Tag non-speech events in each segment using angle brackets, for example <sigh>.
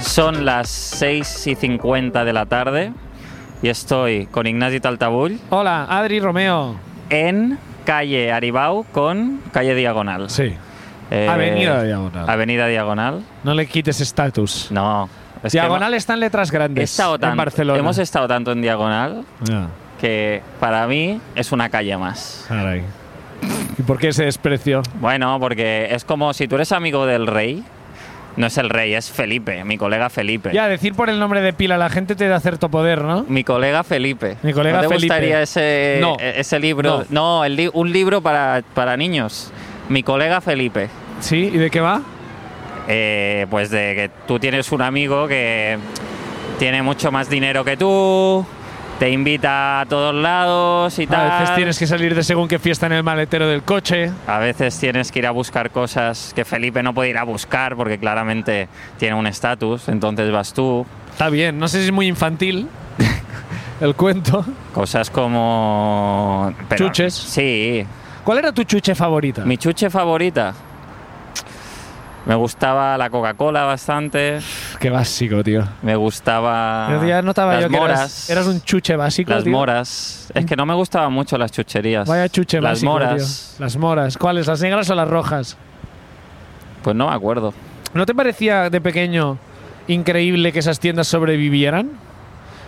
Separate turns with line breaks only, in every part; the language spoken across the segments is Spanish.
Son las 6 y 50 de la tarde y estoy con Ignacio Taltabull
Hola, Adri Romeo.
en calle Aribau con calle Diagonal.
Sí.
Eh,
Avenida Diagonal.
Avenida Diagonal.
No le quites estatus.
No. es que
Diagonal
hemos-
está en letras
he
grandes.
estado tan-
en Barcelona.
Hemos estado tanto en Diagonal
Ya,
que para mí es una calle más.
caray. ¿Y por qué ese desprecio?
Bueno, porque es como si tú eres amigo del rey. No es el rey, es Felipe, mi colega Felipe.
Ya, decir por el nombre de pila a la gente te da cierto poder, ¿no?
Mi colega Felipe.
Mi colega
¿No te
Felipe.
gustaría ese,
No.
e- ese libro? No, el li- un libro para, para niños. Mi colega Felipe.
Sí, ¿y de qué va?
Eh, pues de que tú tienes un amigo que tiene mucho más dinero que tú, te invita a todos lados y tal.
A veces tienes que salir de según qué fiesta en el maletero del coche.
A veces tienes que ir a buscar cosas que Felipe no puede ir a buscar porque claramente tiene un estatus, entonces vas tú.
Está bien, no sé si es muy infantil <laughs> el cuento.
Cosas como... pero-
Chuches.
Sí,
¿Cuál era tu chuche favorita?
Mi chuche favorita. Me gustaba la Coca-Cola bastante.
Qué básico, tío.
Me gustaba.
Yo ya notaba
Ah, las
yo que
moras.
eras, eras un chuche básico.
Las
tío.
moras. Es que no me gustaban mucho las chucherías.
Vaya chuche
Las
básico,
moras.
tío. Las moras. ¿Cuáles? ¿Las negras o las rojas?
Pues no me acuerdo.
¿No te parecía de pequeño increíble que esas tiendas sobrevivieran?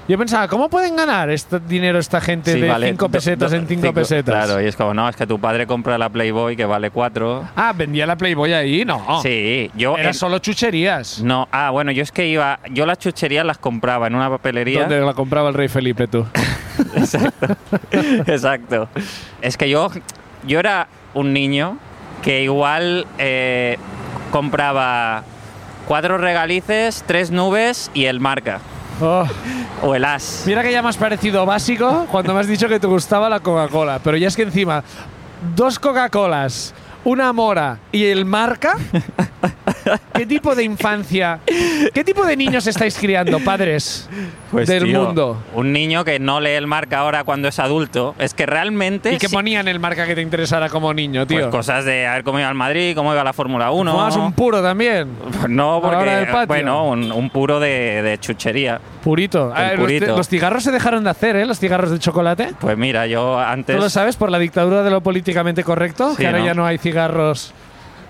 Yo pensaba, ¿cómo pueden ganar este dinero esta gente
Sí,
de
vale,
5
do-
pesetas
do-
en 5
cinco-
pesetas?
Claro, y es como, no, es que tu padre compra la Playboy que vale 4.
Ah, vendía la Playboy ahí, no.
Sí, yo.
Era
en-
solo chucherías.
No, ah, bueno, yo es que iba. Yo las chucherías las compraba en una papelería.
Donde la compraba el rey
<laughs>
Felipe tú.
Exacto. Es que yo, yo era un niño que igual eh, compraba cuatro regalices, tres nubes y el marca.
Oh,
O el as.
mira que ya me has parecido básico cuando me has dicho que te gustaba la Coca-Cola. Pero ya es que encima, dos Coca-Colas, una mora y el marca. ¿Qué tipo de infancia? ¿Qué tipo de niños estáis criando, padres del
Pues, tío,
mundo?
Un niño que no lee el marca ahora cuando es adulto. Es que realmente.
¿Y qué
Pues sí-
ponían el marca que te interesara como niño,
pues
tío?
cosas de a ver cómo iba al Madrid, cómo iba la Fórmula 1.
¿Fumabas un puro también?
no,
a la hora
porque.
del patio?
Bueno, un, un puro de, de chuchería.
Purito.
El
Ah, los
purito.
ci- Los, cigarros se dejaron de hacer, ¿eh? Los cigarros de chocolate.
Pues mira, yo antes.
¿Tú lo sabes por la dictadura de lo políticamente correcto?
Sí,
que ahora
¿no?
ya no hay cigarros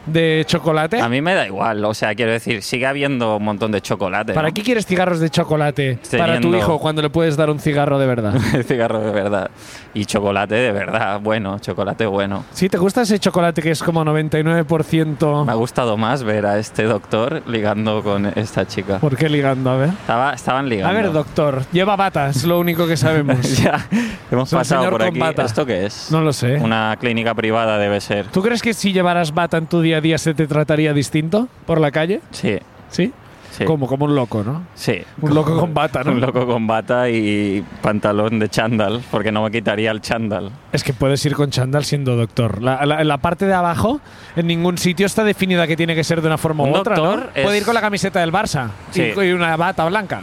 de chocolate.
A mí me da igual, o sea, quiero decir, sigue habiendo un montón de chocolate.
¿Para
¿no?
qué quieres cigarros de chocolate para tu
Teniendo-
hijo cuando le puedes dar un cigarro de verdad?
<laughs> El cigarro de verdad. Y chocolate de verdad, bueno, chocolate bueno.
¿Sí te gusta ese chocolate que es como
Me ha
99%?
gustado más ver a este doctor ligando con esta chica.
¿Por qué ligando? A ver.
Estaba, estaban
A
ligando.
ver, doctor, lleva bata, es lo único que sabemos.
<laughs> ya, hemos
Es un
pasado
señor
por
con
aquí.
bata.
¿Esto qué es?
No lo sé.
Una clínica privada debe ser.
¿Tú crees que si llevaras bata en tu día a día se te trataría distinto por la calle?
Sí,
¿Sí?
sí.
Como, como un loco, ¿no?
Sí.
Un loco con bata, ¿no?
Un loco con bata y pantalón de chándal, porque no me quitaría el chándal.
Es que puedes ir con chándal siendo doctor. La, la- la parte de abajo en ningún sitio está definida que tiene que ser de una forma
Un
u otra.
doctor
¿no?
es-
Puede ir con la camiseta del Barça
Sí.
y, y una bata blanca.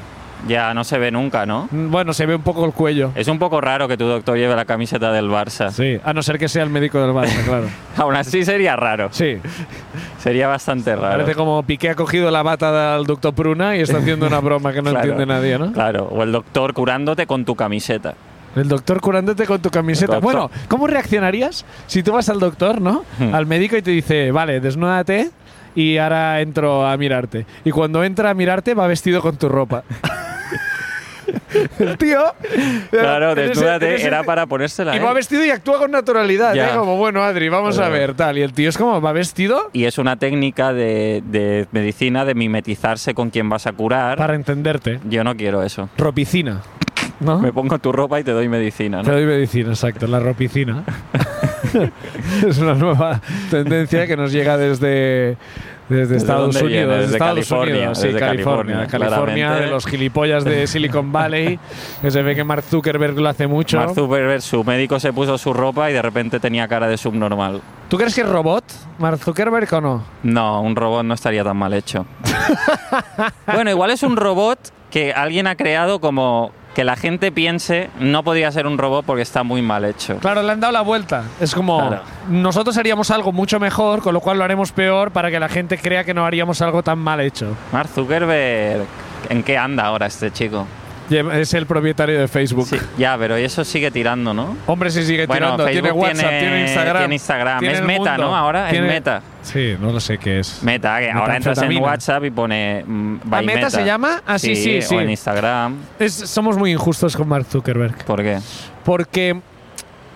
Ya no se ve nunca, ¿no?
Mm, Bueno, se ve un poco el cuello.
Es un poco raro que tu doctor lleve la camiseta del Barça.
Sí, a no ser que sea el médico del Barça, claro.
Aún así sería raro.
<laughs> Sí,
Sería bastante raro.
parece como Piqué ha cogido la bata del doctor Pruna y está haciendo una
<laughs>
broma que no
Claro.
entiende nadie, ¿no?
Claro, o el doctor curándote con tu camiseta.
El doctor curándote con tu camiseta.
El doctor.
Bueno, ¿cómo reaccionarías si tú vas al doctor, ¿no?
Hmm.
Al médico y te dice, vale, desnúdate y ahora entro a mirarte. Y cuando entra a mirarte va vestido con tu
<laughs>
ropa. El tío.
Claro,
en ese- en
desnúdate,
ese-
era para ponérsela.
Y
¿eh?
va vestido y actúa con naturalidad,
Ya.
¿eh? Como, bueno, Adri, vamos a
Pero-
ver, tal. Y el tío es como, va vestido
Y es una técnica de, de medicina de mimetizarse con quien vas a curar.
para entenderte.
Yo no quiero eso.
Ropicina. ¿no?
Me pongo tu ropa y te doy medicina,
Te
¿no?
doy medicina, exacto,
<laughs>
la ropicina. es una nueva tendencia que nos llega desde, desde Estados
dónde viene?
Unidos.
Desde
Estados
California,
Unidos, sí,
desde
California.
California,
California, de
claramente.
los gilipollas de
<laughs>
Silicon Valley, que se ve que Mark Zuckerberg lo hace mucho.
Mark Zuckerberg, su médico se puso su ropa y de repente tenía cara de subnormal.
¿Tú crees que es robot, Mark Zuckerberg, o no?
No, un robot no estaría tan mal
<laughs>
hecho. bueno, igual es un robot que alguien ha creado como que la gente piense no podría ser un robot porque está muy mal hecho.
Claro, le han dado la vuelta. Es como,
Claro.
nosotros haríamos algo mucho mejor, con lo cual lo haremos peor para que la gente crea que no haríamos algo tan mal hecho.
Mark Zuckerberg, ¿en qué anda ahora este chico?
Y Es el propietario de Facebook.
Sí, ya, pero eso sigue tirando, ¿no?
Hombre, sí sigue
Bueno,
tirando.
Facebook
tiene WhatsApp, tiene,
tiene-
Instagram.
tiene Instagram. Es
el
Meta,
mundo.
¿no? Ahora es Meta.
Sí, no lo sé qué es.
Meta, que ahora entras en
Metanfetamina.
WhatsApp y pone. mm, by
¿Ah, Meta se llama? Ah, sí, sí, sí.
O en Instagram.
Es- somos muy injustos con Mark Zuckerberg.
¿Por qué?
Porque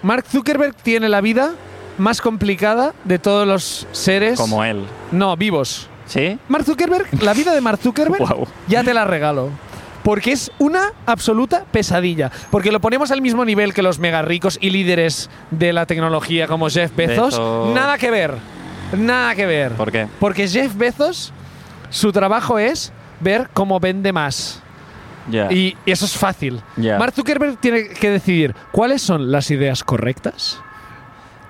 Mark Zuckerberg tiene la vida más complicada de todos los seres.
Como él.
No, vivos.
¿Sí?
Mark Zuckerberg, la vida
<laughs>
de Mark Zuckerberg,
Guau.
ya te la regalo. Porque es una absoluta pesadilla. Porque lo ponemos al mismo nivel que los mega ricos y líderes de la tecnología como Jeff Bezos.
Bezos.
Nada que ver. Nada que ver.
¿Por qué?
Porque Jeff Bezos, su trabajo es ver cómo vende más.
Ya.
Y eso es fácil.
Ya.
Mark Zuckerberg tiene que decidir cuáles son las ideas correctas.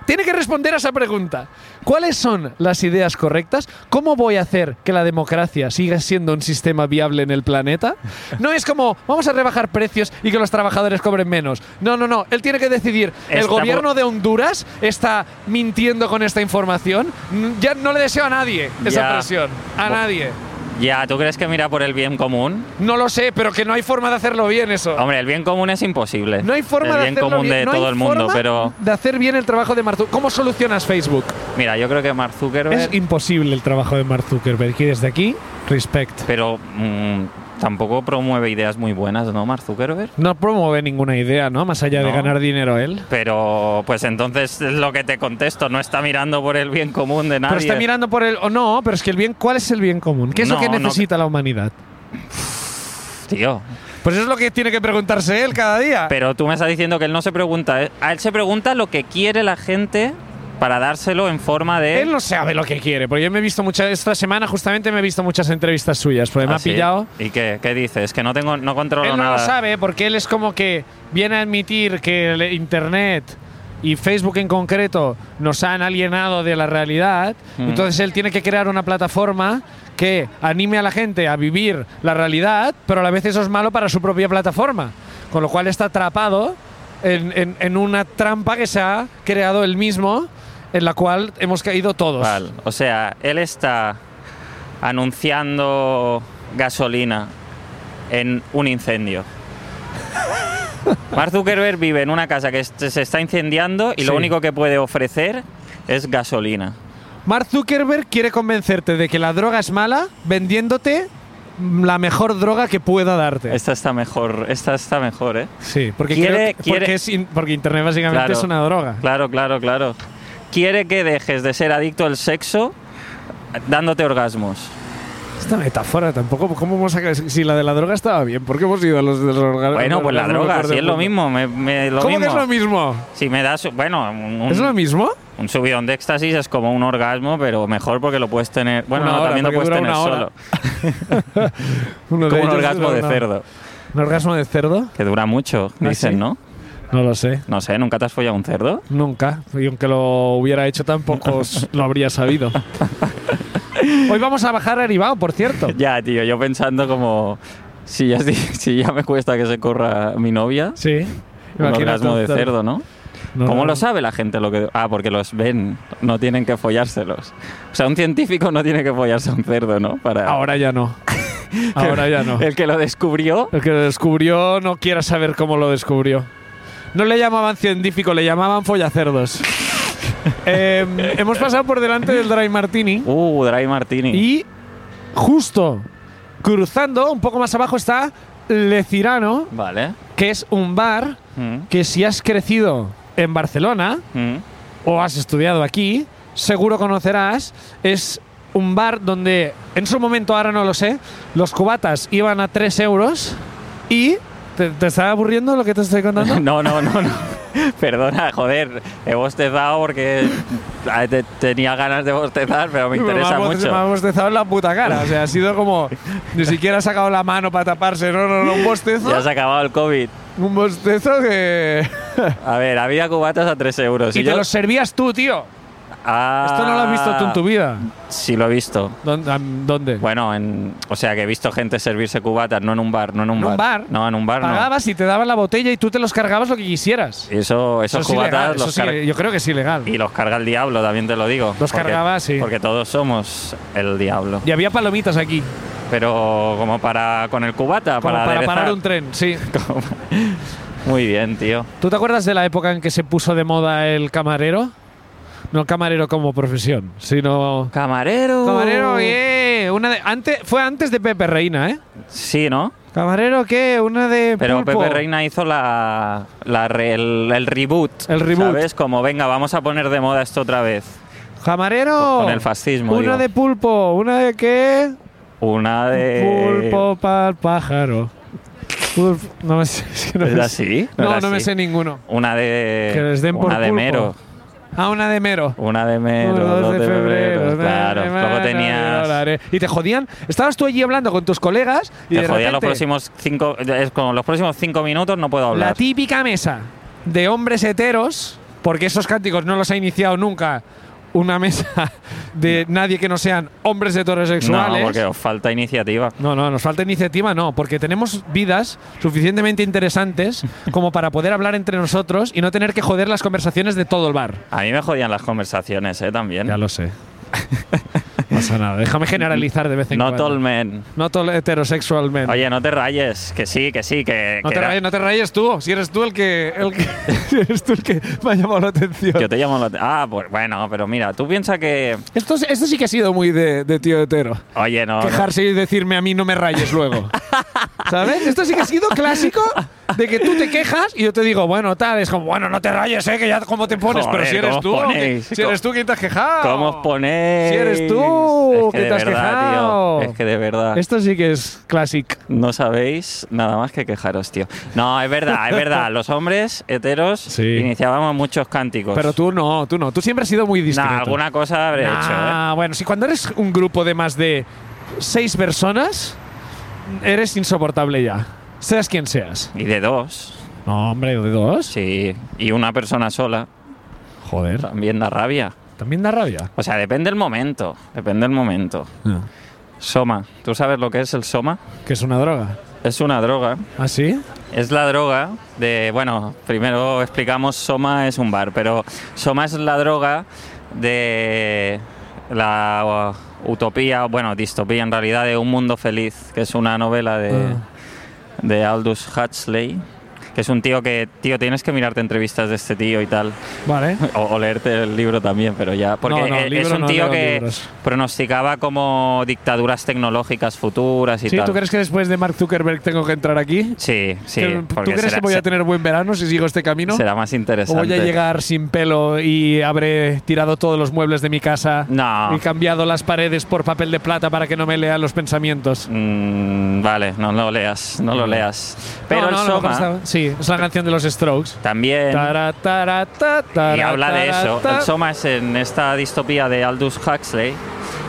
Tiene que responder a esa pregunta. ¿Cuáles son las ideas correctas? ¿Cómo voy a hacer que la democracia siga siendo un sistema viable en el planeta? No es como vamos a rebajar precios y que los trabajadores cobren menos. No, no, no. Él tiene que decidir. El
Está po-
gobierno de Honduras está mintiendo con esta información. N- Ya no le deseo a nadie esa
Ya.
presión. A
Bo-
nadie.
Ya, ¿tú crees que mira por el bien común?
No lo sé, pero que no hay forma de hacerlo bien eso.
Hombre, el bien común es imposible.
No hay forma
El
de
bien
hacerlo
común
bien.
de
No hay
todo el mundo,
forma
pero
de hacer bien el trabajo de Mark Zuckerberg. ¿Cómo solucionas Facebook?
mira, yo creo que Mark Zuckerberg,
Es imposible el trabajo de Mark Zuckerberg y desde aquí, respect.
pero mm, tampoco promueve ideas muy buenas, ¿no, Mark Zuckerberg?
No promueve ninguna idea, ¿no? Más allá de
No.
ganar dinero él.
Pero pues entonces es lo que te contesto, no está mirando por el bien común de nadie.
Pero está mirando por el o no, pero es que el bien, ¿cuál es el bien común? ¿Qué es lo
No,
que
no.
necesita la humanidad?
Tío,
Pues eso es lo que tiene que preguntarse él cada día.
pero tú me estás diciendo que él no se pregunta, ¿eh? a él se pregunta lo que quiere la gente para dárselo en forma de
él no sabe lo que quiere, porque yo me he visto muchas esta semana justamente me he visto muchas entrevistas suyas, porque me
Ah,
ha
¿sí?
pillado.
¿Y qué, qué dices? Que no tengo no controlo
Él no
nada.
lo sabe porque él es como que viene a admitir que el Internet y Facebook en concreto nos han alienado de la realidad.
Mm.
Entonces él tiene que crear una plataforma que anime a la gente a vivir la realidad, pero a la vez eso es malo para su propia plataforma. Con lo cual está atrapado en, en- en una trampa que se ha creado él mismo, en la cual hemos caído todos.
Vale, O sea, él está anunciando gasolina en un
<laughs>
incendio. Mark Zuckerberg vive en una casa que est- se está incendiando y
Sí.
lo único que puede ofrecer es gasolina.
Mark Zuckerberg quiere convencerte de que la droga es mala vendiéndote la mejor droga que pueda darte.
Esta está mejor, esta está mejor, ¿eh?
Sí, porque,
Quiere-
creo que-
quiere-
porque, es in- porque Internet básicamente
Claro.
es una droga.
Claro, claro, claro. Quiere que dejes de ser adicto al sexo dándote orgasmos.
Esta metáfora tampoco, ¿cómo hemos sacado- Si la de la droga estaba bien, ¿por qué hemos ido a los de los orgasmos?
Bueno, pues la droga, si es lo mismo, me, me- lo
¿Cómo
mismo.
que es lo mismo?
Si me das, bueno, un-
¿Es lo mismo?
Un subidón de éxtasis es como un orgasmo, pero mejor porque lo puedes tener. Bueno,
Una
no,
hora,
también lo
porque
puedes
dura
tener
una hora.
solo.
Uno
Como
de
un
ellos
orgasmo
era
de
una-
cerdo,
¿Un orgasmo de cerdo?
que dura mucho,
¿Ah,
dicen,
sí?
¿no?
No lo sé.
No sé, ¿nunca te has follado un cerdo?
Nunca. Y aunque lo hubiera hecho,
<laughs>
tampoco s- lo habría sabido. Hoy vamos a bajar a Aribao, por cierto.
Ya, tío, yo pensando como. Si ya, es- <laughs> si ya me cuesta que se corra mi novia,
Sí.
un
Imagínate
orgasmo de
un
cerdo, ¿no?
No,
¿Cómo
no.
lo sabe la gente lo que.? Ah, porque los ven, no tienen que follárselos. O sea, un científico no tiene que follarse a un cerdo, ¿no? Para
Ahora ya
<laughs>
no. Ahora ya no.
El que lo descubrió.
El que lo descubrió no quiera saber cómo lo descubrió. No le llamaban científico, le
<laughs>
llamaban follacerdos. Eh, hemos pasado por delante del Dry Martini
Uh, Dry Martini.
y justo cruzando, un poco más abajo, está Le Cirano,
Vale.
que es un bar
Mm,
que si has crecido en Barcelona
mm.
o has estudiado aquí, seguro conocerás, es un bar donde, en su momento, ahora no lo sé, los cubatas iban a 3 euros y ¿Te, te está aburriendo lo que te estoy contando?
<laughs> No, no, no, no. Perdona, joder, he bostezado porque eh, te- tenía ganas de bostezar, pero me interesa
Pero me ha bote- Me ha
mucho.
bostezado en la puta cara. O sea, ha sido como.
<laughs>
Ni siquiera ha sacado la mano para taparse. No, no, no. Un bostezo.
Ya se ha acabado el COVID.
Un bostezo que.
A ver, había cubatas a 3 euros.
y te los servías tú, tío.
Ah,
Esto no lo has visto tú en tu vida.
Sí, lo he visto.
¿Dónde? am- dónde?
Bueno, en, o sea, que he visto gente servirse cubatas, no en un bar, no en un
¿En
bar.
un bar?
No, en un bar no.
Pagabas y te daban la botella y tú te los cargabas lo que quisieras.
Eso, esos
es
cubatas
ilegal, eso
los
sí,
car-
yo creo que es ilegal.
y los carga el diablo, también te lo digo.
Los
Porque-
cargaba, sí.
Porque todos somos el diablo.
Y había palomitas aquí,
Pero como para con el cubata,
como para,
aderezar.
parar un tren, sí.
Como- Muy bien, tío.
¿Tú te acuerdas de la época en que se puso de moda el camarero? No camarero como profesión,
Uh.
sino...
Camarero.
Camarero, ¿qué? Una de, antes, fue antes de Pepe Reina, ¿eh?
Sí, ¿no?
Camarero, ¿qué? Una de...
Pero
pulpo.
Pepe Reina hizo la, la re- el, el reboot.
El reboot.
¿Sabes? Como, venga, vamos a poner de moda esto otra vez.
Camarero.
Con el fascismo,
Una
digo.
de pulpo, una de qué?
Una de.
Pulpo para pájaro. Pulpo- No me sé. <laughs> es que no me
¿Es
sé.
así?
No,
era
no me
así?
sé ninguno.
Una de.
Que les den por
una de
pulpo.
mero.
Ah, una de mero.
Una de mero.
Uno, dos
dos de febrero.
na,
Claro.
na,
Luego
na, na, na,
tenías.
na. Y te jodían. Estabas tú allí hablando con tus colegas y
Te
de
jodía
repente,
los próximos cinco. Es con los próximos cinco minutos no puedo hablar.
la típica mesa de hombres heteros, porque esos cánticos no los ha iniciado nunca una mesa <laughs> de nadie que no sean hombres heterosexuales.
no, porque os falta iniciativa.
No, no, nos falta iniciativa, no, porque tenemos vidas suficientemente
<laughs>
interesantes como para poder hablar entre nosotros y no tener que joder las conversaciones de todo el bar.
A mí me jodían las conversaciones, ¿eh? También.
Ya lo sé. <laughs> No pasa nada. Déjame generalizar de vez en
Not
cuando.
all men.
No todo heterosexualmente.
Oye, no te rayes, que sí, que sí, que.
no,
que
te
era-
rayes, no te rayes tú, si eres tú el que, el que, <laughs> si eres tú el que me ha llamado la atención.
Yo te llamo la. Ah, pues bueno, pero mira, tú piensas que.
Esto, es- esto sí que ha sido muy de, de tío hetero.
Oye, no. no.
Quejarse y decirme a mí no me
<laughs>
rayes luego. ¿Sabes? Esto sí que ha sido clásico de que tú te quejas y yo te digo, bueno, tal, es como, bueno, no te rayes, ¿eh? Que ya cómo te pones,
Joder,
pero si eres
¿cómo
tú,
os
¿qué-
ponéis?
si eres tú, ¿quién te has quejado?
¿Cómo os ponéis?
Si eres tú,
es que
que
de
te has
verdad,
quejado.
tío. Es que de verdad.
Esto sí que es clásico.
No sabéis nada más que quejaros, tío. No, es verdad, es
<laughs>
verdad. Los hombres heteros
Sí.
iniciábamos muchos cánticos.
Pero tú no, tú no. Tú siempre has sido muy
Pues- Nah,
discreto.
alguna cosa habré hecho, ¿eh?
Ah, bueno, si cuando eres un grupo de más de seis personas, eres insoportable ya. Seas quien seas.
¿eh? Y de dos.
No, hombre, de dos.
Sí. Y una persona sola
Joder.
también da rabia.
También da rabia.
O sea, depende el momento. Depende el momento. Soma. ¿Tú sabes lo que es el soma?
Que es una droga.
Es una droga.
¿Ah, sí?
Es la droga de, bueno, primero explicamos Soma es un bar, pero Soma es la droga de la uh, utopía, bueno, distopía en realidad de Un Mundo Feliz, que es una novela de,
Ah.
de Aldous Huxley, que es un tío que, tío, tienes que mirarte entrevistas de este tío y tal,
Vale.
o, o leerte el libro también, pero ya, porque
No, no,
e- es
libro
un
no,
tío
leo
que
libros.
pronosticaba como dictaduras tecnológicas futuras <laughs> y
Sí,
tal.
¿tú crees que después de Mark Zuckerberg tengo que entrar aquí?
Sí, sí.
¿Que- ¿Tú
porque
crees
será-
que voy
se-
a tener buen verano si sigo este camino?
Será más
¿O
interesante.
voy a llegar sin pelo y habré tirado todos los muebles de mi casa
No.
y cambiado las paredes por papel de plata para que no me lean los pensamientos?
Mm, vale, no lo leas, no lo leas. Pero
No, no,
el
a lo mejor
Soma
está- Sí, es la canción de los Strokes.
también
Tara, tara, ta, tara,
y habla de
tara,
eso.
ta.
El Soma es en esta distopía de Aldous Huxley,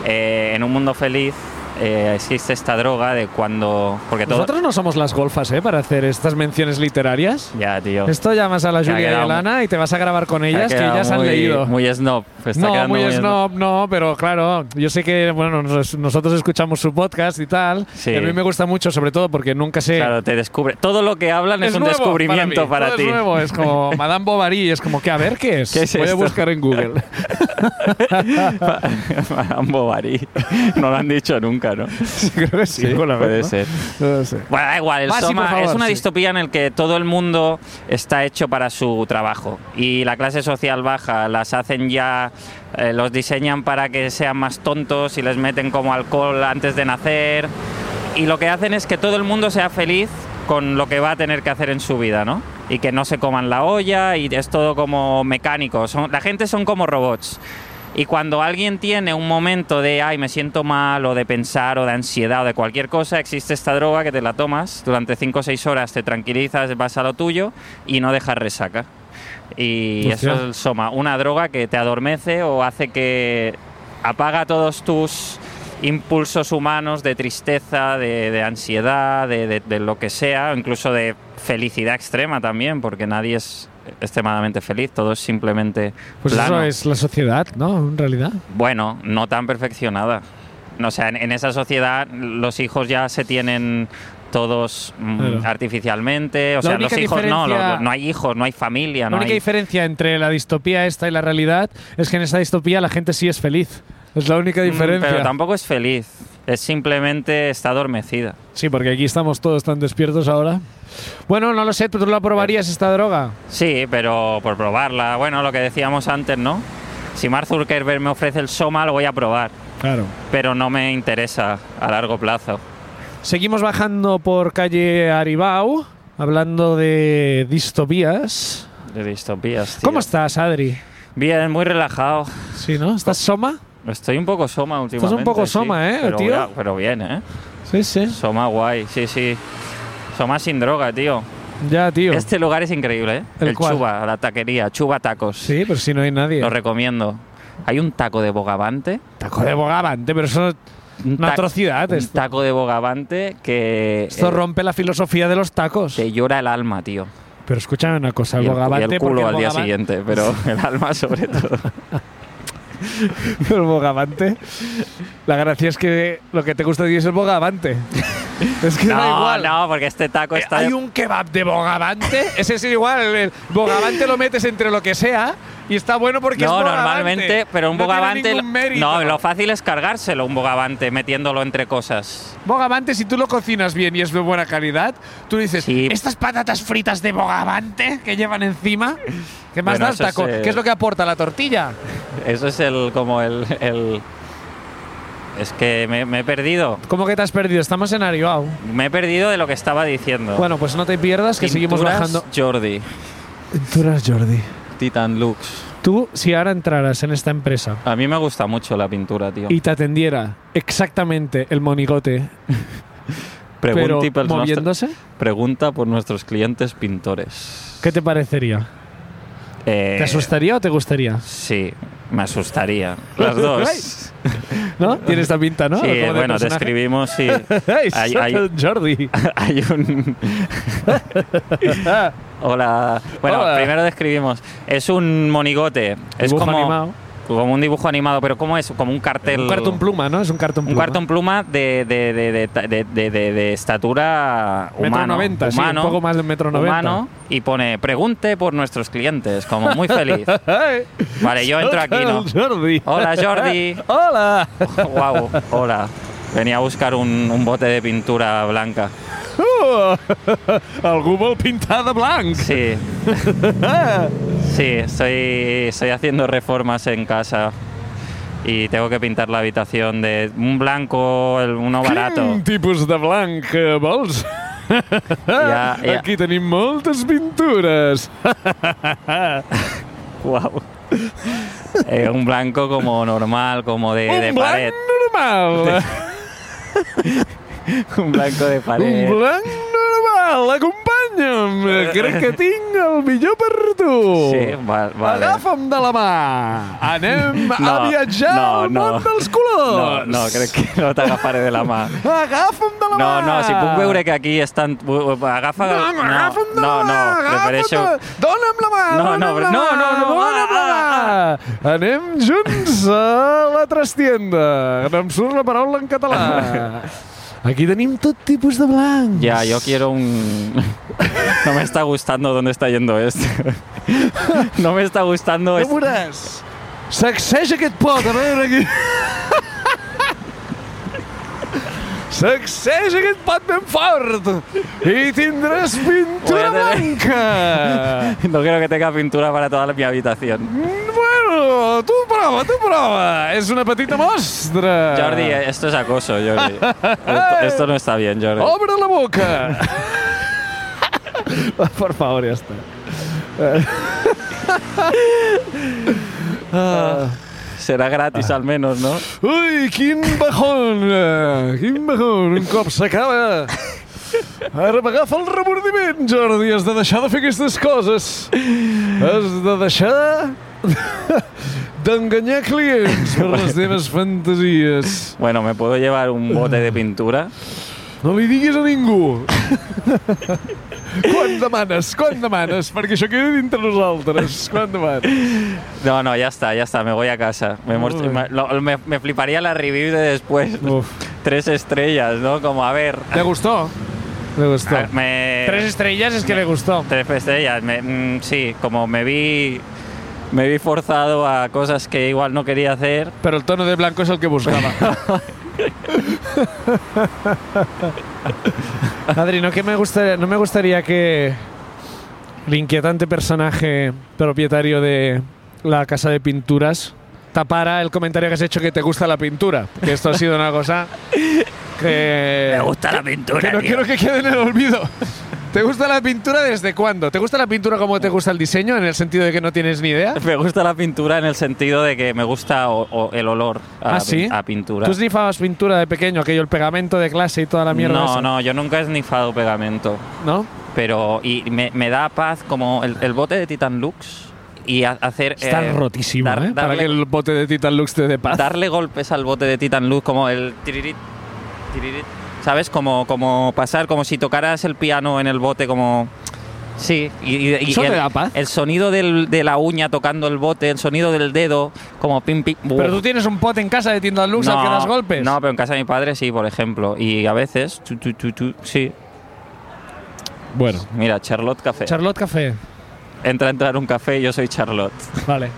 eh, en un mundo feliz. eh, existe esta droga de cuando porque todo
Nosotros no somos las golfas, ¿eh? Para hacer estas menciones literarias.
ya tío
Esto llamas a la
Que ha
Julia y
quedado-
a Lana y te vas a grabar con
Ha
ellas, que
quedado
ellas han
muy-
leído.
muy snob está
no,
quedando
muy snob, no, pero claro, yo sé que, bueno, nos- nosotros escuchamos su podcast y tal.
Sí.
y a mí me gusta mucho, sobre todo porque nunca sé.
claro te descubre todo lo que hablan es, un
nuevo
descubrimiento
mí,
para,
todo
ti <laughs>
Es nuevo, es como Madame Bovary, es como que a ver qué es.
¿Qué es
Voy
esto?
a buscar
<laughs>
en Google. <laughs>
Madame Bovary no lo han dicho nunca no
Creo que sí, con la
puede
verdad.
ser
No lo sé.
Bueno, da igual, el
Ah, sí,
Soma
por favor,
es una
sí.
distopía en el que todo el mundo está hecho para su trabajo y la clase social baja las hacen ya, eh, los diseñan para que sean más tontos y les meten como alcohol antes de nacer y lo que hacen es que todo el mundo sea feliz con lo que va a tener que hacer en su vida, ¿no? Y que no se coman la olla y es todo como mecánico, son, la gente son como robots. Y cuando alguien tiene un momento de, ay, me siento mal, o de pensar, o de ansiedad, o de cualquier cosa, existe esta droga que te la tomas durante 5 o 6 horas, te tranquilizas, vas a lo tuyo y no dejas resaca. Y
Hostia.
eso es el soma, una droga que te adormece o hace que apaga todos tus impulsos humanos de tristeza, de, de ansiedad, de, de- de lo que sea, o incluso de felicidad extrema también, porque nadie es extremadamente feliz, todo es simplemente
Pues
plano.
eso es la sociedad, ¿no? En realidad.
Bueno, no tan perfeccionada. O sea, en, en esa sociedad los hijos ya se tienen todos mm,
Claro.
artificialmente, o
La
sea, los
única
hijos no,
diferencia-
lo- lo- no hay hijos, no hay familia,
la
no
única
hay...
diferencia entre la distopía esta y la realidad es que en esa distopía la gente sí es feliz. Es la única
Mm,
diferencia.
Pero tampoco es feliz, es simplemente está adormecida.
Sí, porque aquí estamos todos tan despiertos ahora. Bueno, no lo sé, ¿tú la probarías esta droga?
Sí, pero por probarla, bueno, lo que decíamos antes, ¿no? Si Mark Zuckerberg me ofrece el Soma, lo voy a probar,
Claro.
pero no me interesa a largo plazo.
Seguimos bajando por calle Aribau, hablando de distopías.
De distopías. tío.
¿Cómo estás, Adri?
Bien, muy relajado.
Sí, ¿no? ¿Estás soma?
Estoy un poco soma últimamente.
poco
sí,
soma, ¿eh,
pero
tío?
ya- pero bien, ¿eh?
Sí, sí.
Soma guay, sí, sí. Soma sin droga, tío.
Ya, tío.
Este lugar es increíble, ¿eh?
¿El cuál?
Chuba, la taquería, Chuba Tacos.
Sí, pero si no hay nadie.
Lo recomiendo. Hay un taco de bogavante.
Taco de bogavante, pero eso,
Un
Una
tac-
atrocidad
Un
Ah, esto.
taco de bogavante que
esto
eh,
rompe la filosofía de los tacos.
te llora el alma, tío.
Pero escúchame una cosa, el
y, el, y el
bogavante... porque
culo
el
al día
bogavan-
siguiente,
<laughs>
pero el alma sobre todo.
<laughs> el bogavante... La gracia es que lo que te gusta de ti es
<laughs>
el bogavante. es que da
no,
igual.
no, porque este taco
Eh,
está...
Hay
de-
un kebab de bogavante, ese es igual, el- el bogavante lo metes entre lo que sea y está bueno porque es
No,
bogavante.
normalmente, pero un
No tiene
bogavante...
ningún mérito.
no, lo fácil es cargárselo un bogavante metiéndolo entre cosas.
Bogavante, si tú lo cocinas bien y es de buena calidad, tú dices,
Sí.
estas patatas fritas de bogavante que llevan encima, ¿qué más
Bueno,
da el
eso
taco?
es, eh,
¿Qué es lo que aporta la tortilla?
Eso es el como el... el- es que me, me he perdido.
¿Cómo que te has perdido? Estamos en Ariau.
Me he perdido de lo que estaba diciendo.
Bueno, pues no te pierdas que seguimos
Pinturas
bajando.
Jordi,
Pinturas Jordi.
Titan Lux.
Tú, si ahora entraras en esta empresa
A mí me gusta mucho la pintura, tío.
y te atendiera exactamente el monigote, pero
Pregunti per nostre-
moviéndose,
Pregunta por nuestros clientes pintores.
¿qué te parecería?
Eh,
¿Te asustaría o te gustaría?
Sí, me asustaría.
<laughs>
Las dos. sí,
¿No? Tiene esta pinta, ¿no? Como de
bueno,
personaje.
describimos
<laughs>
sí.
¡Ay,
Hay- hay-
Sutton Jordi!
<laughs> Hay un. Hola. Bueno,
Hola.
primero describimos. Es un monigote. Es
Dibujo
como.
animado.
Como un dibujo animado, pero ¿cómo es? Como un cartel.
Un cartón pluma, ¿no? Es un cartón
Un
pluma.
cartón pluma de, de, de, de, de- de- de- de estatura
Metro
humano.
90, sí,
humano,
un poco más de un metro 90.
Humano, y pone, pregunte por nuestros clientes, como muy
<laughs>
feliz. Vale, yo entro aquí, ¿no?
Jordi.
Hola,
<laughs>
Jordi.
Hola.
Guau, hola. Venía a buscar un, un bote de pintura blanca.
Uh, <laughs> algú vol pintar de blanc. <laughs>
Sí,
Ah.
sí, estoy, estoy haciendo reformas en casa y tengo que pintar la habitación de un blanco, el- uno barato.
Quin tipus de blanc eh, vols?
Ja, ja.
<laughs> Aquí tenim moltes pintures.
Wow. Eh, un blanco como normal, como de, de
un blanc
pared. <laughs>
normal.
Un blanco de
Un
pared.
blanc normal, acompanya'm. Crec que tinc el millor per tu.
Eh, Sí, va- vale.
Agafa'm de la mà. Anem a
<laughs> No,
viatjar
no,
al
no.
món dels colors.
No, no, crec que no t'agafaré de la mà.
Agafa'm de la mà.
No, no, si puc veure que aquí estan... bu- bu- Agafa...
No, agafa'm de
Ah, no,
la mà,
no,
agafa'm
prefereixo...
de- Dóna'm la mà,
No,
dóna'm
no,
la
no,
mà,
no, no,
dóna'm
ah,
la mà. Anem junts a la trastienda. Em surt la paraula en
<laughs>
català. Aquí tenim tot tipus de blancs.
Ya, yo quiero un... <laughs> No me está gustando dónde está yendo esto. <laughs> No me está gustando...
Ja
esto.
veuràs. Sacseja aquest pot, a
<laughs>
veure aquí. Sacseja aquest pot ben fort i tindràs pintura
Voy a tener- <laughs>
blanca.
No quiero que tenga pintura para toda mi habitación.
Mm, Bueno, tu prova, tu prova. És una petita mostra.
Jordi, eh. esto es acoso, Jordi. Esto, esto no está bien, Jordi.
Obre la <laughs> boca. Por favor, ja està. Ah,
Será gratis al menos, ¿no?
Ui, quin bajón! eh, Quin bajón! Un cop s'acaba... Ara m'agafa el remordiment, Jordi. Has de deixar de fer aquestes coses. Has de deixar d'enganyar clients per <laughs> les teves fantasies.
Bueno, me puedo llevar un bote de pintura.
No li diguis a ningú. <laughs> quan demanes? Quan demanes? Perquè això queda dintre nosaltres. Quan demanes?
No, no, ya está, ya está, me voy a casa. Me,
Muy
most-
bien.
me- lo- me- me fliparía la review de después.
Uf.
Tres estrellas, ¿no? Como, a ver.
¿Le gustó? Le gustó.
a- me-
Tres estrellas es que le gustó.
tres estrellas, me- mm, sí, como me vi, me vi forzado a cosas que igual no quería hacer.
Pero el tono de blanco es el que buscaba. <laughs> Adri, no, que me gustaría, no me gustaría que el inquietante personaje propietario de la casa de pinturas tapara el comentario que has hecho que te gusta la pintura. Que esto ha sido una cosa
<laughs>
que...
gusta la pintura.
Que no quiero que quede en el olvido. ¿Te gusta la pintura desde cuándo? ¿Te gusta la pintura como te gusta el diseño? En el sentido de que no tienes ni idea.
Me gusta la pintura en el sentido de que me gusta o- o el olor a,
¿Ah, sí?
a pintura.
¿Tú snifabas pintura de pequeño, aquello, el pegamento de clase y toda la mierda?
no,
esa?
no, yo nunca he snifado pegamento.
¿No?
Pero y me, me da paz como el, el bote de Titan Lux y ha- hacer.
Está
eh,
rotísimo,
dar-
¿eh? Para
darle-
que el bote de Titan Lux te dé paz.
darle golpes al bote de Titan Luz como el tiririt, tiririt, ¿sabes? Como, como pasar, como si tocaras el piano en el bote, como... Sí, y, y- y
¿Eso te
el,
da paz?
el sonido del- de la uña tocando el bote, el sonido del dedo, como pim, pim...
Pero tú tienes un pote en casa de Titan Lux al que das golpes.
No, pero en casa de mi padre sí, por ejemplo. Y a veces, tu, tu, tu, tu, sí.
Bueno.
Mira, Charlotte Café.
Charlotte Café.
entra a entrar un café y yo soy Charlotte. <laughs>
Vale.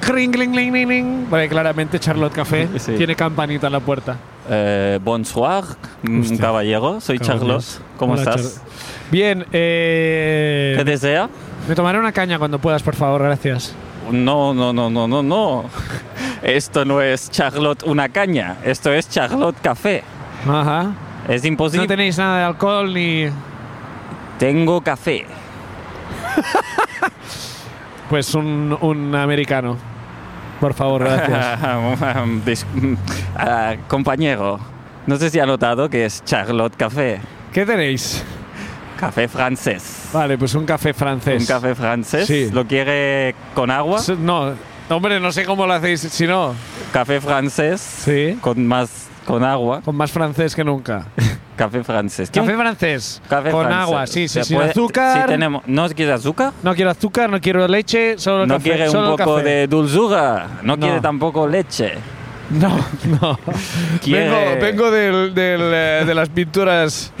Cring, ling, ling, ling, ling. Vale, claramente Charlotte Café
Sí.
tiene campanita en la puerta.
Eh, bonsoir, mm,
Hostia.
caballero, soy Charlotte.
Cabrones.
¿Cómo
Hola,
estás?
Char- Bien, eh...
¿Qué desea?
Me tomaré una caña cuando puedas, por favor, gracias.
No, no, no, no, no, no. Esto no es Charlotte una caña, esto es Charlotte café.
Ajá.
Es
No
imposible.
tenéis nada de alcohol ni.
Tengo café.
Pues un, un americano. Por
<laughs>
favor, gracias.
Dis- ah, compañero, no sé si ha notado que es Charlotte café.
¿Qué tenéis?
Café francés.
Vale, pues un café francés.
Un café francés.
Sí.
¿Lo quiere con agua?
S- No, hombre, no sé cómo lo hacéis si no.
Café francés.
Sí.
Con más, con agua.
Con más francés que
<laughs>
nunca.
Café francés.
Café
¿Quién-
francés.
café
con
francés?
agua, sí, sí,
Se
sin
puede-
azúcar.
sí tenemos. ¿No quiere azúcar?
No quiero azúcar, no quiero leche, solo el
No
café.
quiere un
solo el
poco
café.
de dulzura, no,
No.
quiere tampoco leche.
No, <laughs> <laughs> no.
<laughs> Quiere-
Vengo, vengo del, del, eh, de las
<laughs>
pinturas.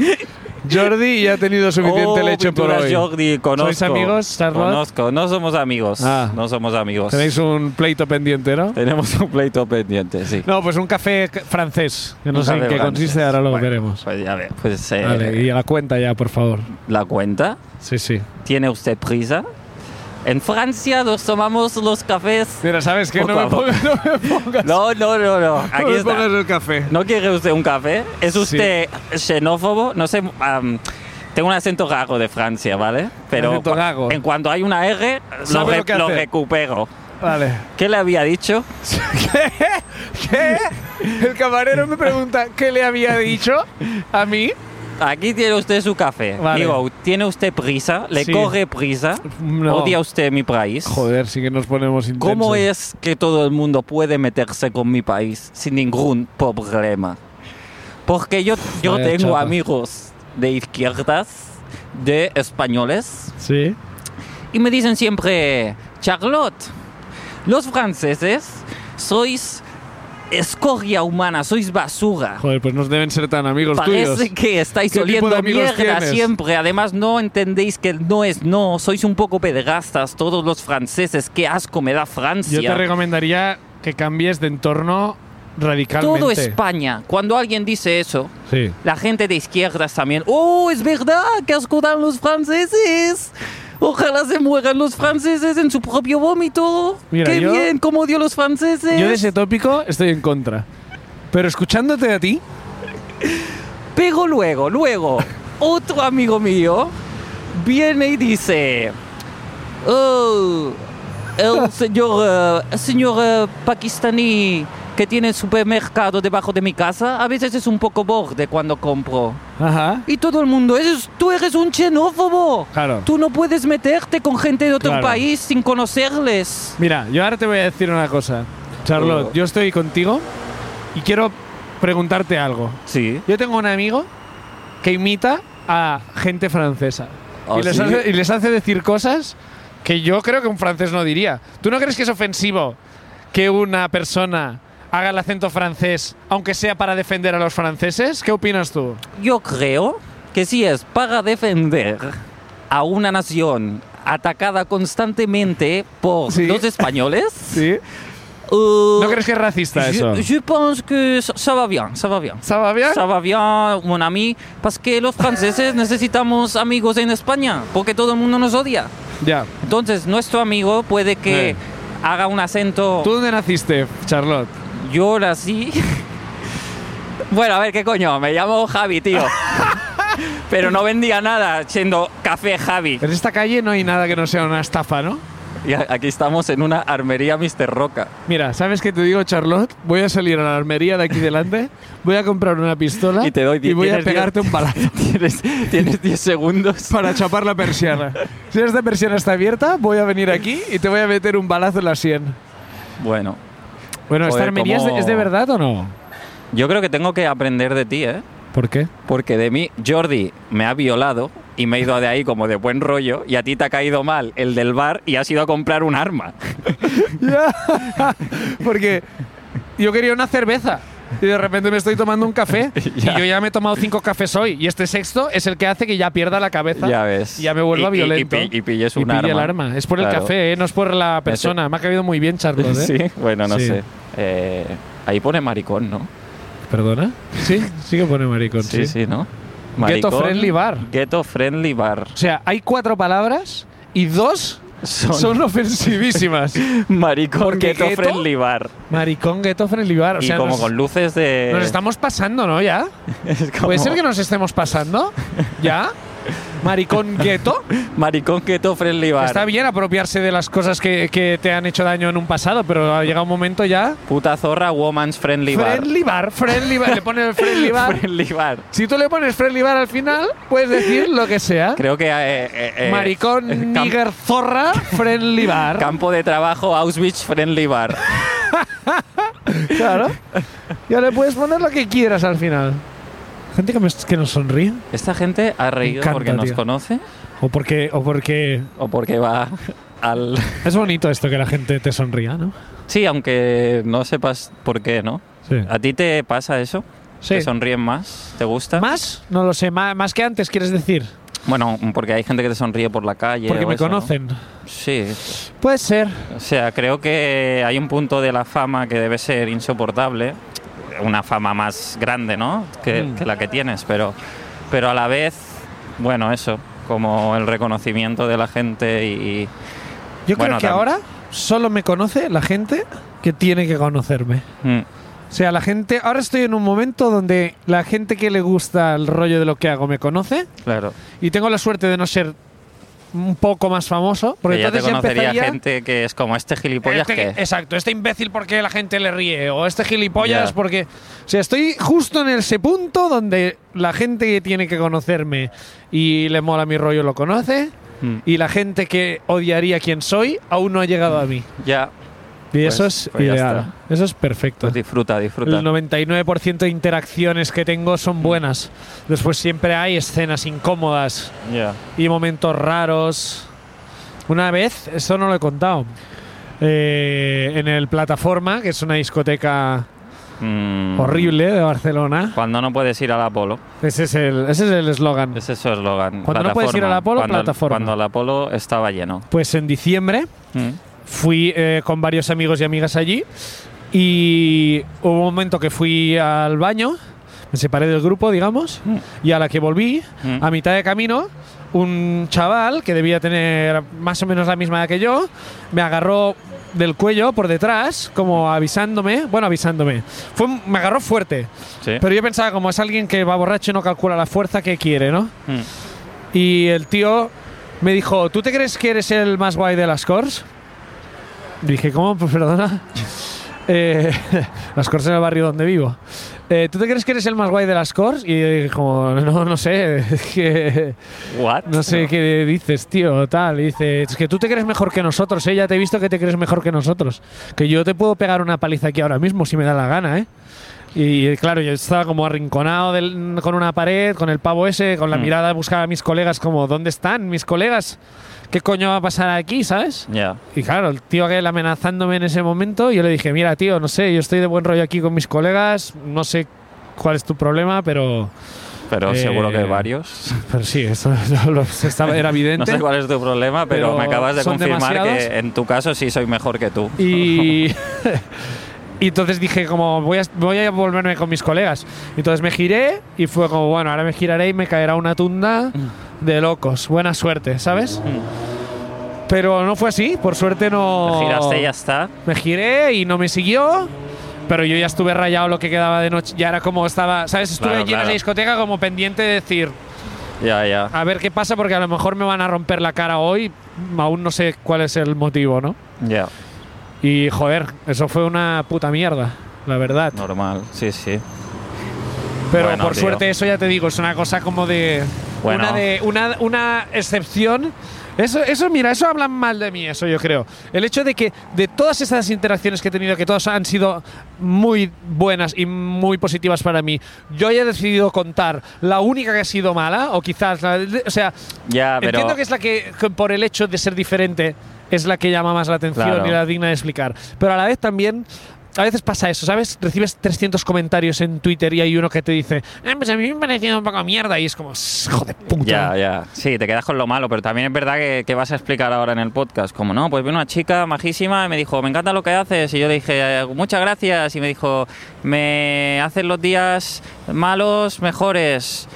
Jordi ya ha tenido suficiente
Oh,
leche por
pinturas
hoy.
Jordi, conozco.
¿Sois amigos, Charlotte?
Conozco, no somos amigos.
Ah.
No somos amigos.
Tenéis un pleito pendiente, ¿no?
Tenemos un pleito pendiente, sí.
No, pues un café c- francés. Que no
Un
sé en
café
qué
francés.
consiste, ahora lo
Bueno,
veremos.
Pues ya ver, pues eh,
Vale, y a la cuenta ya, por favor.
la cuenta.
Sí, sí.
¿Tiene usted prisa? En Francia nos tomamos los
<laughs>
cafés.
Mira, ¿sabes qué?
Por
No me,
favor.
pongas, no me pongas,
No, no, no, no.
no
Aquí
me
está.
pongas el café.
¿No quiere usted un café? ¿Es
Sí.
usted xenófobo? No sé. am, tengo un acento raro de Francia, ¿vale? Pero
acento raro.
en cuanto hay una R, lo,
Sabe lo
re-
que
lo
hacer.
recupero.
Vale.
¿Qué le había dicho?
¿Qué? El camarero me pregunta qué le había dicho a mí.
Aquí tiene usted su café.
Vale.
Digo, ¿tiene usted prisa? ¿Le
Sí.
corre prisa?
No.
¿Odia usted mi país?
Joder, sí que nos ponemos intensos.
¿Cómo es que todo el mundo puede meterse con mi país sin ningún problema? Porque yo, yo
vaya
tengo
chapa.
amigos de izquierdas, de españoles,
Sí.
y me dicen siempre, Charlotte, los franceses sois escoria humana, sois basura.
Joder, pues no deben ser tan amigos
Parece
tuyos.
que estáis
¿Qué tipo de
oliendo
amigos
mierda
tienes?
siempre. Además, no entendéis que el no es no. Sois un poco pederastas, todos los franceses. Qué asco me da Francia.
Yo te recomendaría que cambies de entorno radicalmente.
Todo España. Cuando alguien dice eso,
Sí.
la gente de izquierdas también. ¡Oh, es verdad! ¡Que asco dan los franceses! Ojalá se mueran los franceses en su propio vómito.
Mira,
¡Qué
yo-
bien! ¡Cómo dio los franceses!
Yo de ese tópico estoy en contra. Pero escuchándote a ti,
Pero luego,
<laughs>
luego, otro amigo mío viene y dice, oh, el señor, eh, señor eh, pakistaní que tiene supermercado debajo de mi casa, a veces es un poco borde cuando compro.
Ajá.
Y todo el mundo, "Eres- tú eres un xenófobo.
Claro.
Tú no puedes meterte con gente de otro
Claro.
país sin conocerles.
Mira, yo ahora te voy a decir una cosa. Charlotte,
Oh.
yo estoy contigo y quiero preguntarte algo.
Sí.
Yo tengo un amigo que imita a gente francesa.
Ah,
y, les
¿sí?
hace, y les hace decir cosas que yo creo que un francés no diría. ¿Tú no crees que es ofensivo que una persona haga el acento francés, aunque sea para defender a los franceses? ¿Qué opinas tú?
Yo creo que si es para defender a una nación atacada constantemente por
Sí.
dos españoles,
<laughs> Sí.
uh,
¿No crees que es racista eso?
je, je pense que ça, ça va bien, ça va bien.
¿Estaba bien?
Ça va bien, mon ami, parce que los
<laughs>
franceses necesitamos amigos en España, porque todo el mundo nos odia.
Ya.
Entonces, nuestro amigo puede que
Eh.
haga un acento.
¿Tú dónde naciste, Charlotte?
Yo nací. <laughs> Bueno, a ver, ¿qué coño? Me llamo Javi,
<laughs>
tío. Pero no vendía nada siendo café Javi.
En esta calle no hay nada que no sea una estafa, ¿no?
Y a- aquí estamos en una armería Mr. Roca.
Mira, ¿sabes qué te digo, Charlotte? Voy a salir a la armería de aquí delante, voy a comprar una pistola
Y te doy die-
y voy a
tienes diez-
pegarte un balazo <laughs>
<laughs> Tienes tienes 10 segundos.
para chapar la persiana. Si esta persiana está abierta, voy a venir aquí y te voy a meter un balazo en la sien.
Bueno,
Bueno, ¿esta
Joder,
armería es de-
cómo-
es de verdad o no?
yo creo que tengo que aprender de ti, ¿eh?
¿Por qué?
Porque de mí, Jordi me ha violado y me he ido de ahí como de buen rollo y a ti te ha caído mal el del bar y has ido a comprar un arma.
Ya. <laughs> Porque yo quería una cerveza y de repente me estoy tomando
<laughs>
un café
Ya.
y yo ya me he tomado cinco cafés hoy y este sexto es el que hace que ya pierda la cabeza.
Ya ves.
Y ya me vuelva
Y- y- y
violento.
pi- y pilles
Y
un
pille el
arma.
arma. Es por el
Claro.
café, ¿eh? no es por la persona. Me ha caído muy bien, Charlotte.
<laughs>
¿eh?
Sí, bueno, no
Sí.
sé. Eh, ahí pone maricón, ¿no?
¿Perdona? Sí, sí que pone maricón.
Sí, sí, ¿no?
Ghetto Friendly Bar.
Ghetto Friendly Bar.
O sea, hay cuatro palabras y dos
Son, <laughs>
son ofensivísimas.
maricón
Porque
Ghetto,
ghetto-
Friendly Bar.
Maricón, gueto, friendly bar. O sea,
y como
nos,
con luces de...
nos estamos pasando, ¿no? Ya.
<laughs> es como
¿Puede ser que nos estemos pasando? ¿Ya? Maricón
<laughs>
gueto.
Maricón Ghetto Friendly Bar.
Está bien apropiarse de las cosas que, que te han hecho daño en un pasado, pero ha llegado un momento ya.
Puta zorra Woman's Friendly Bar.
Friendly bar, friendly bar. Le pones
<laughs>
el friendly bar.
Friendly Bar.
Si tú le pones friendly bar al final, puedes decir lo que
<laughs>
sea.
Creo que... eh, eh, eh,
Maricón,
eh, cam-
nigger, zorra,
<laughs>
friendly bar.
Campo de trabajo Auschwitz Friendly
<laughs>
Bar.
Claro. Ya le puedes poner lo que quieras al final. Gente que, me- que nos sonríe.
Esta gente ha reído
encanta,
porque nos
tío.
conoce
O porque, o porque.
o porque va al...
Es bonito esto que la gente te sonría, ¿no?
Sí, aunque no sepas por qué, ¿no?
Sí.
¿A ti te pasa eso?
Sí.
¿Te sonríen más? ¿Te gusta?
¿Más? No lo sé. ma- Más, que antes, quieres decir.
Bueno, porque hay gente que te sonríe por la calle.
Porque
o
me
eso, ¿no?
conocen.
Sí.
Puede ser.
O sea, creo que hay un punto de la fama que debe ser insoportable. Una fama más grande, ¿no? Que,
Mm.
que la que tienes, pero, pero a la vez, bueno, eso, como el reconocimiento de la gente y...
Yo
Bueno,
creo que
tam-
ahora solo me conoce la gente que tiene que conocerme.
Mm.
O sea, la gente. Ahora estoy en un momento donde la gente que le gusta el rollo de lo que hago me conoce.
Claro.
Y tengo la suerte de no ser un poco más famoso. Porque
Que ya te
entonces ya
conocería
empezaría.
gente que es como este gilipollas
Este-
que...
Exacto, este imbécil porque la gente le ríe, o este gilipollas
Ya.
porque... O sea, estoy justo en ese punto donde la gente que tiene que conocerme y le mola mi rollo lo conoce,
Mm.
y la gente que odiaría quién soy aún no ha llegado a mí.
Ya,
Y
Pues-
eso es
pues ya
ideal, eso es perfecto.
pues disfruta, disfruta.
El 99% de interacciones que tengo
Mm.
son buenas. Después siempre hay escenas incómodas
Ya.
y momentos raros. Una vez, esto no lo he contado, eh, en el Plataforma, que es una discoteca
Mm.
horrible de Barcelona,
Cuando no puedes ir al Apolo.
ese es el ese es el eslogan.
Ese es su eslogan.
Cuando no puedes ir al Apolo,
cuando,
plataforma.
Cuando el Apolo estaba lleno.
Pues en diciembre
Mm.
fui eh, con varios amigos y amigas allí y hubo un momento que fui al baño, me separé del grupo, digamos,
Mm.
y a la que volví,
Mm.
a mitad de camino, un chaval que debía tener más o menos la misma edad que yo, me agarró del cuello por detrás, como avisándome, bueno, avisándome. Fue, un- me agarró fuerte,
Sí.
pero yo pensaba como es alguien que va borracho y no calcula la fuerza que quiere, ¿no?
Mm.
Y el tío me dijo, ¿tú te crees que eres el más guay de las cores? Dije, ¿cómo? Pues, Perdona. <laughs> Eh, <laughs> las Corts en el barrio donde vivo. Eh, ¿Tú te crees que eres el más guay de las Corts? Y eh, como, no, no sé, <laughs> es que
What?
no sé qué dices, tío, tal. Y dice, es que tú te crees mejor que nosotros, ¿eh? Ya te he visto que te crees mejor que nosotros. Que yo te puedo pegar una paliza aquí ahora mismo si me da la gana, ¿eh? Y eh, claro, yo estaba como arrinconado del- con una pared, con el pavo ese, con la
Mm.
mirada buscaba a mis colegas como, ¿dónde están mis colegas? ¿Qué coño va a pasar aquí, sabes?
Ya.
Y claro, el tío aquel amenazándome en ese momento, yo le dije, mira, tío, no sé, yo estoy de buen rollo aquí con mis colegas, no sé cuál es tu problema, pero,
Pero
Eh,
seguro que varios. <laughs>
pero sí, eso <laughs> no lo- estaba- era
No
evidente.
sé cuál es tu problema, pero,
Pero
me acabas de
son
confirmar
demasiados.
que en tu caso sí soy mejor que tú.
Y,
<laughs>
<laughs> y entonces dije, como, voy a, voy a volverme con mis colegas. Entonces me giré y fue como, bueno, ahora me giraré y me caerá una tunda
Mm.
de locos. Buena suerte, ¿sabes? Pero no fue así, por suerte no...
Mm. Giraste y ya está.
Me giré y no me siguió. Pero yo ya estuve rayado lo que quedaba de noche. Ya era como estaba. ¿Sabes? Estuve
Claro,
allí en
claro.
la discoteca como pendiente de decir,
Ya, ya.
a ver qué pasa, porque a lo mejor me van a romper la cara hoy. Aún no sé cuál es el motivo, ¿no?
Ya.
Y joder, eso fue una puta mierda, la verdad.
Normal. Sí, sí.
Pero
Bueno,
por
tío.
suerte, eso ya te digo, es una cosa como de.
Bueno.
Una, de una, una excepción. Eso, eso, mira, eso hablan mal de mí, eso yo creo. El hecho de que de todas estas interacciones que he tenido, que todas han sido muy buenas y muy positivas para mí, yo haya decidido contar la única que ha sido mala, o quizás la. de- O sea,
Ya, Ah, pero.
entiendo que es la que, que por el hecho de ser diferente, es la que llama más la atención
Claro.
y la digna de explicar. Pero a la vez también. A veces pasa eso, ¿sabes? Recibes 300 comentarios en Twitter y hay uno que te dice, "Ah, pues a mí me ha parecido un poco mierda y es como, "Sss, hijo de puta.
Ya, ya. Sí, te quedas con lo malo, pero también es verdad que, que vas a explicar ahora en el podcast. Como no, pues vino una chica majísima y me dijo, me encanta lo que haces. Y yo le dije, muchas gracias. Y me dijo, me haces los días malos mejores.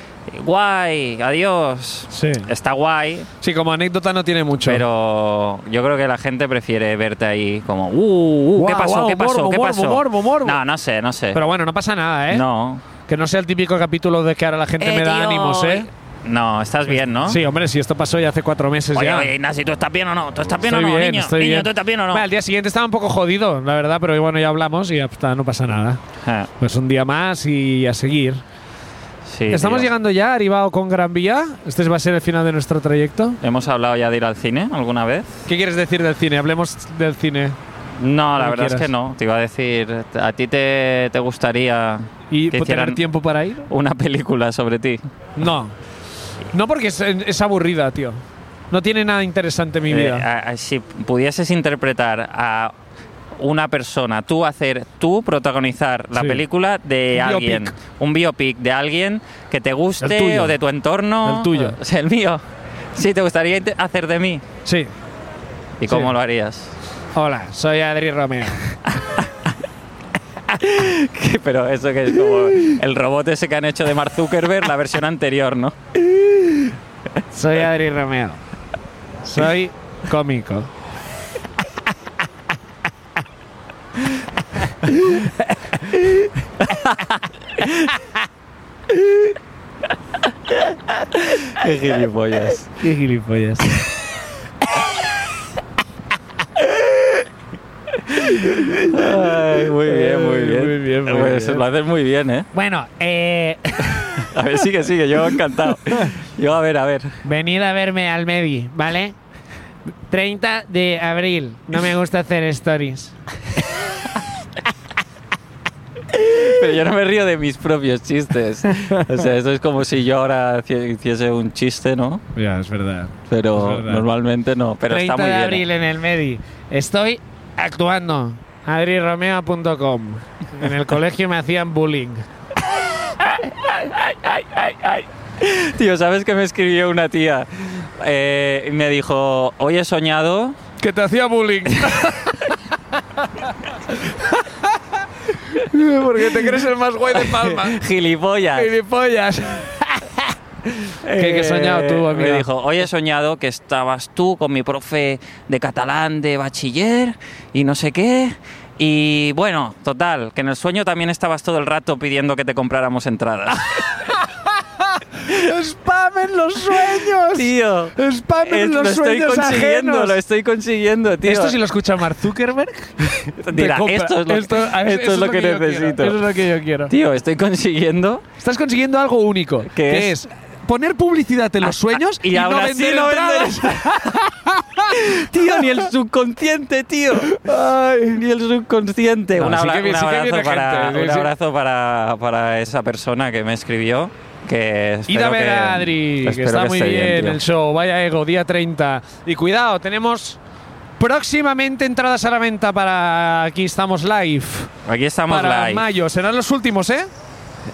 Guay, adiós.
Sí.
Está guay,
Sí, como anécdota no tiene mucho.
pero yo creo que la gente prefiere verte ahí como, uh, uh, ¿qué
Guau,
pasó?
guau,
¿Qué pasó?
morbo,
¿Qué
morbo,
pasó?
morbo, morbo.
No, no sé, no sé.
Pero bueno, no pasa nada, ¿eh?
eh, No.
Que no sea el típico capítulo de que ahora la gente
Eh,
me da
tío,
ánimos, ¿eh?
No, estás bien, ¿no?
Sí, hombre, si esto pasó ya hace cuatro meses
Oye,
ya.
oye, Ignasi, ¿tú estás bien o no? ¿Tú estás bien
Estoy
o no,
bien,
niño?
estoy
niño,
bien.
¿tú estás bien o no?
Bueno, al día siguiente estaba un poco jodido, la verdad, pero bueno, ya hablamos y ya está, no pasa nada.
Ah,
Pues un día más y a seguir.
sí,
Estamos
tío.
llegando ya a Aribao con Gran Vía. Este va a ser el final de nuestro trayecto.
¿Hemos hablado ya de ir al cine alguna vez?
¿Qué quieres decir del cine? Hablemos del cine.
No, la
Cuando
verdad es
quieras.
que no. Te iba a decir, ¿a ti te, te gustaría
¿Y
que
tener
hicieran
tiempo para ir?
una película sobre ti?
No. No porque es, es aburrida, tío. No tiene nada interesante mi
Eh,
vida.
a- a- si pudieses interpretar a una persona, tú hacer, tú protagonizar la
Sí.
película de
Un biopic.
alguien, un biopic de alguien que te
El
guste
tuyo.
o de tu entorno.
El tuyo.
O sea, <laughs> el mío. Sí, te gustaría inte- hacer de mí.
Sí.
¿Y
Sí.
cómo lo harías? <laughs>
Hola, soy Adri Romeo.
Que- Pero eso que es como el robot ese que han hecho de Mark Zuckerberg, la versión anterior,
<laughs>
¿no?
<laughs> Soy Adri Romeo. Soy cómico.
Qué gilipollas.
Qué gilipollas.
muy bien, muy
Ay,
bien.
Eh, muy bien, muy
Pues
bien.
lo haces muy bien, ¿eh?
Bueno, <laughs> eh,
A ver, sigue, sigue, yo encantado. Yo, a ver, a ver.
Venid a verme al Medi, ¿vale? 30 de abril. No me gusta hacer stories.
Pero yo no me río de mis propios chistes. O sea, esto es como si yo ahora haci- hiciese un chiste, ¿no?
Ya, es verdad.
Pero
Es verdad.
normalmente no. Pero
30
está muy
de
bien. ¿eh?
abril en el Medi. Estoy actuando. adriromeo.com. En el colegio me hacían bullying. ¿eh?
Tío, ¿sabes que me escribió una tía? Eh, y me dijo, hoy he soñado
Que te hacía bullying. <laughs> Porque te crees el más guay de Palma.
<laughs> gilipollas.
Gilipollas. ¿Qué- qué has soñado tú,
Eh, Me
amiga?
dijo, hoy he soñado que estabas tú con mi profe de catalán de bachiller y no sé qué. Y bueno, total,
<laughs> Ah,
que en el sueño también estabas todo el rato pidiendo que te compráramos entradas.
¡Spam en los sueños!
Tío.
¡Spam
Eh,
en los
lo estoy
sueños
consiguiendo,
ajenos!
lo estoy consiguiendo, tío.
Esto si lo escucha Mark Zuckerberg, te
Dirá,
compra.
esto es lo,
a ver,
esto es
eso
lo que,
yo quiero,
necesito.
Eso es lo que yo quiero.
Tío, estoy consiguiendo.
Estás consiguiendo algo único, que,
es? Ah,
es? poner publicidad en los sueños
y
y, no
aún así
vender
no vender
entradas.
<laughs> tío, ni el subconsciente, tío. Ni el subconsciente.
No,
un,
sí que
abra-
vi-
un
sí que viene
abrazo, para,
gente, sí,
un
sí.
abrazo para, para esa persona que me escribió. Que
Id
espero
a ver
que,
a Adri, que
espero
está muy
esté
bien,
tío.
el show. Vaya ego, día 30. Y cuidado, tenemos próximamente entradas a la venta para Aquí Estamos Live.
Aquí estamos
para
live.
mayo. Serán los últimos, ¿eh?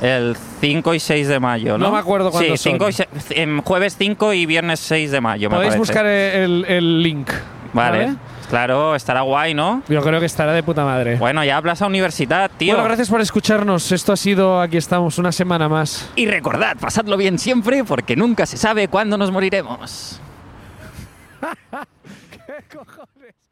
El 5 y 6 de mayo, ¿no?
No me acuerdo
sí,
cuándo son.
cinco y se- en jueves 5 y viernes 6 de mayo, me
Podéis
parece.
buscar el, ¿eh? el link.
Vale. Claro, estará guay, ¿no?
Yo creo que estará de puta madre.
Bueno, ya Plaza Universidad, tío.
Bueno, gracias por escucharnos. Esto ha sido Aquí Estamos, una semana más.
Y recordad, pasadlo bien siempre porque nunca se sabe cuándo nos moriremos.
¿Qué cojones?